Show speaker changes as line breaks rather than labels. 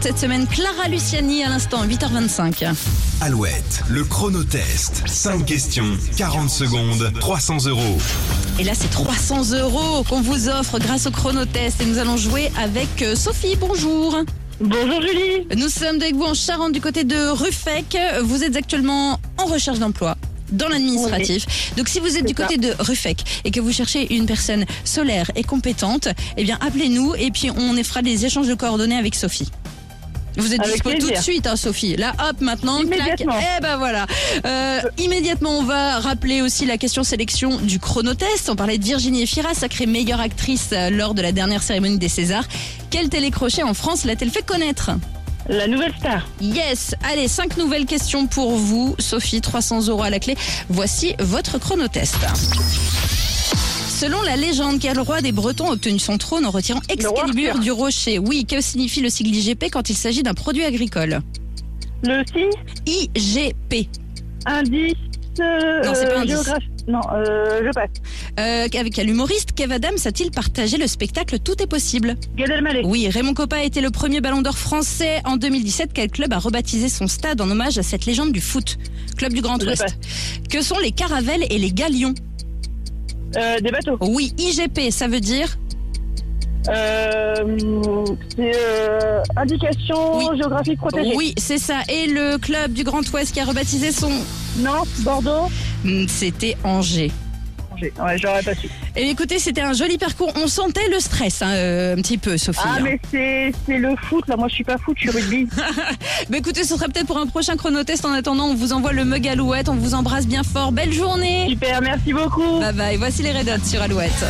cette semaine Clara Luciani à l'instant, 8h25.
Alouette, le chronotest. 5 questions, 40 secondes, 300 euros.
Et là, c'est 300 euros qu'on vous offre grâce au chronotest. Et nous allons jouer avec euh, Sophie. Bonjour.
Bonjour Julie.
Nous sommes avec vous en Charente du côté de Ruffec. Vous êtes actuellement en recherche d'emploi dans l'administratif. Donc si vous êtes du
ça.
côté de Ruffec et que vous cherchez une personne solaire et compétente, eh bien appelez-nous et puis on fera des échanges de coordonnées avec Sophie. Vous êtes
Avec
dispo tout de
plaisir.
suite, hein, Sophie. Là, hop, maintenant, clac.
Immédiatement.
Eh ben voilà. Euh, immédiatement, on va rappeler aussi la question sélection du chronotest. On parlait de Virginie Fira, sacrée meilleure actrice euh, lors de la dernière cérémonie des Césars. Quel télécrochet en France l'a-t-elle fait connaître
La nouvelle star.
Yes, allez, 5 nouvelles questions pour vous. Sophie, 300 euros à la clé. Voici votre chronotest. Selon la légende, quel roi des Bretons a obtenu son trône en retirant
roi
Excalibur
Arthur.
du rocher Oui, que signifie le sigle IGP quand il s'agit d'un produit agricole
Le signe
IGP.
Indice. euh,
Non, c'est pas
euh,
indice.
géographe. Non, euh, je passe.
Euh, avec quel humoriste Kev Adams a-t-il partagé le spectacle Tout est possible
Gad Elmaleh.
Oui, Raymond Coppa a été le premier ballon d'or français en 2017. Quel club a rebaptisé son stade en hommage à cette légende du foot Club du Grand
Je
Ouest.
passe.
Que sont les caravelles et les galions
Euh, des bateaux.
Oui, IGP, ça veut dire
Euh, c'est euh, indication
Oui.
géographique protégée.
Oui, c'est ça. Et le club du Grand Ouest qui a rebaptisé son...
Nantes, Bordeaux.
Hmm, C'était Angers.
Ouais, j'aurais pas su.
Et écoutez, c'était un joli parcours. On sentait le stress hein, euh, un petit peu, Sophie.
Ah,
hein.
mais c'est c'est le foot là. Moi, je suis pas foot, je suis rugby.
Bah, écoutez, ce sera peut-être pour un prochain chronotest. En attendant, on vous envoie le mug Alouette. On vous embrasse bien fort. Belle journée
Super, merci beaucoup.
Bye bye. Voici les Red Hot sur Alouette.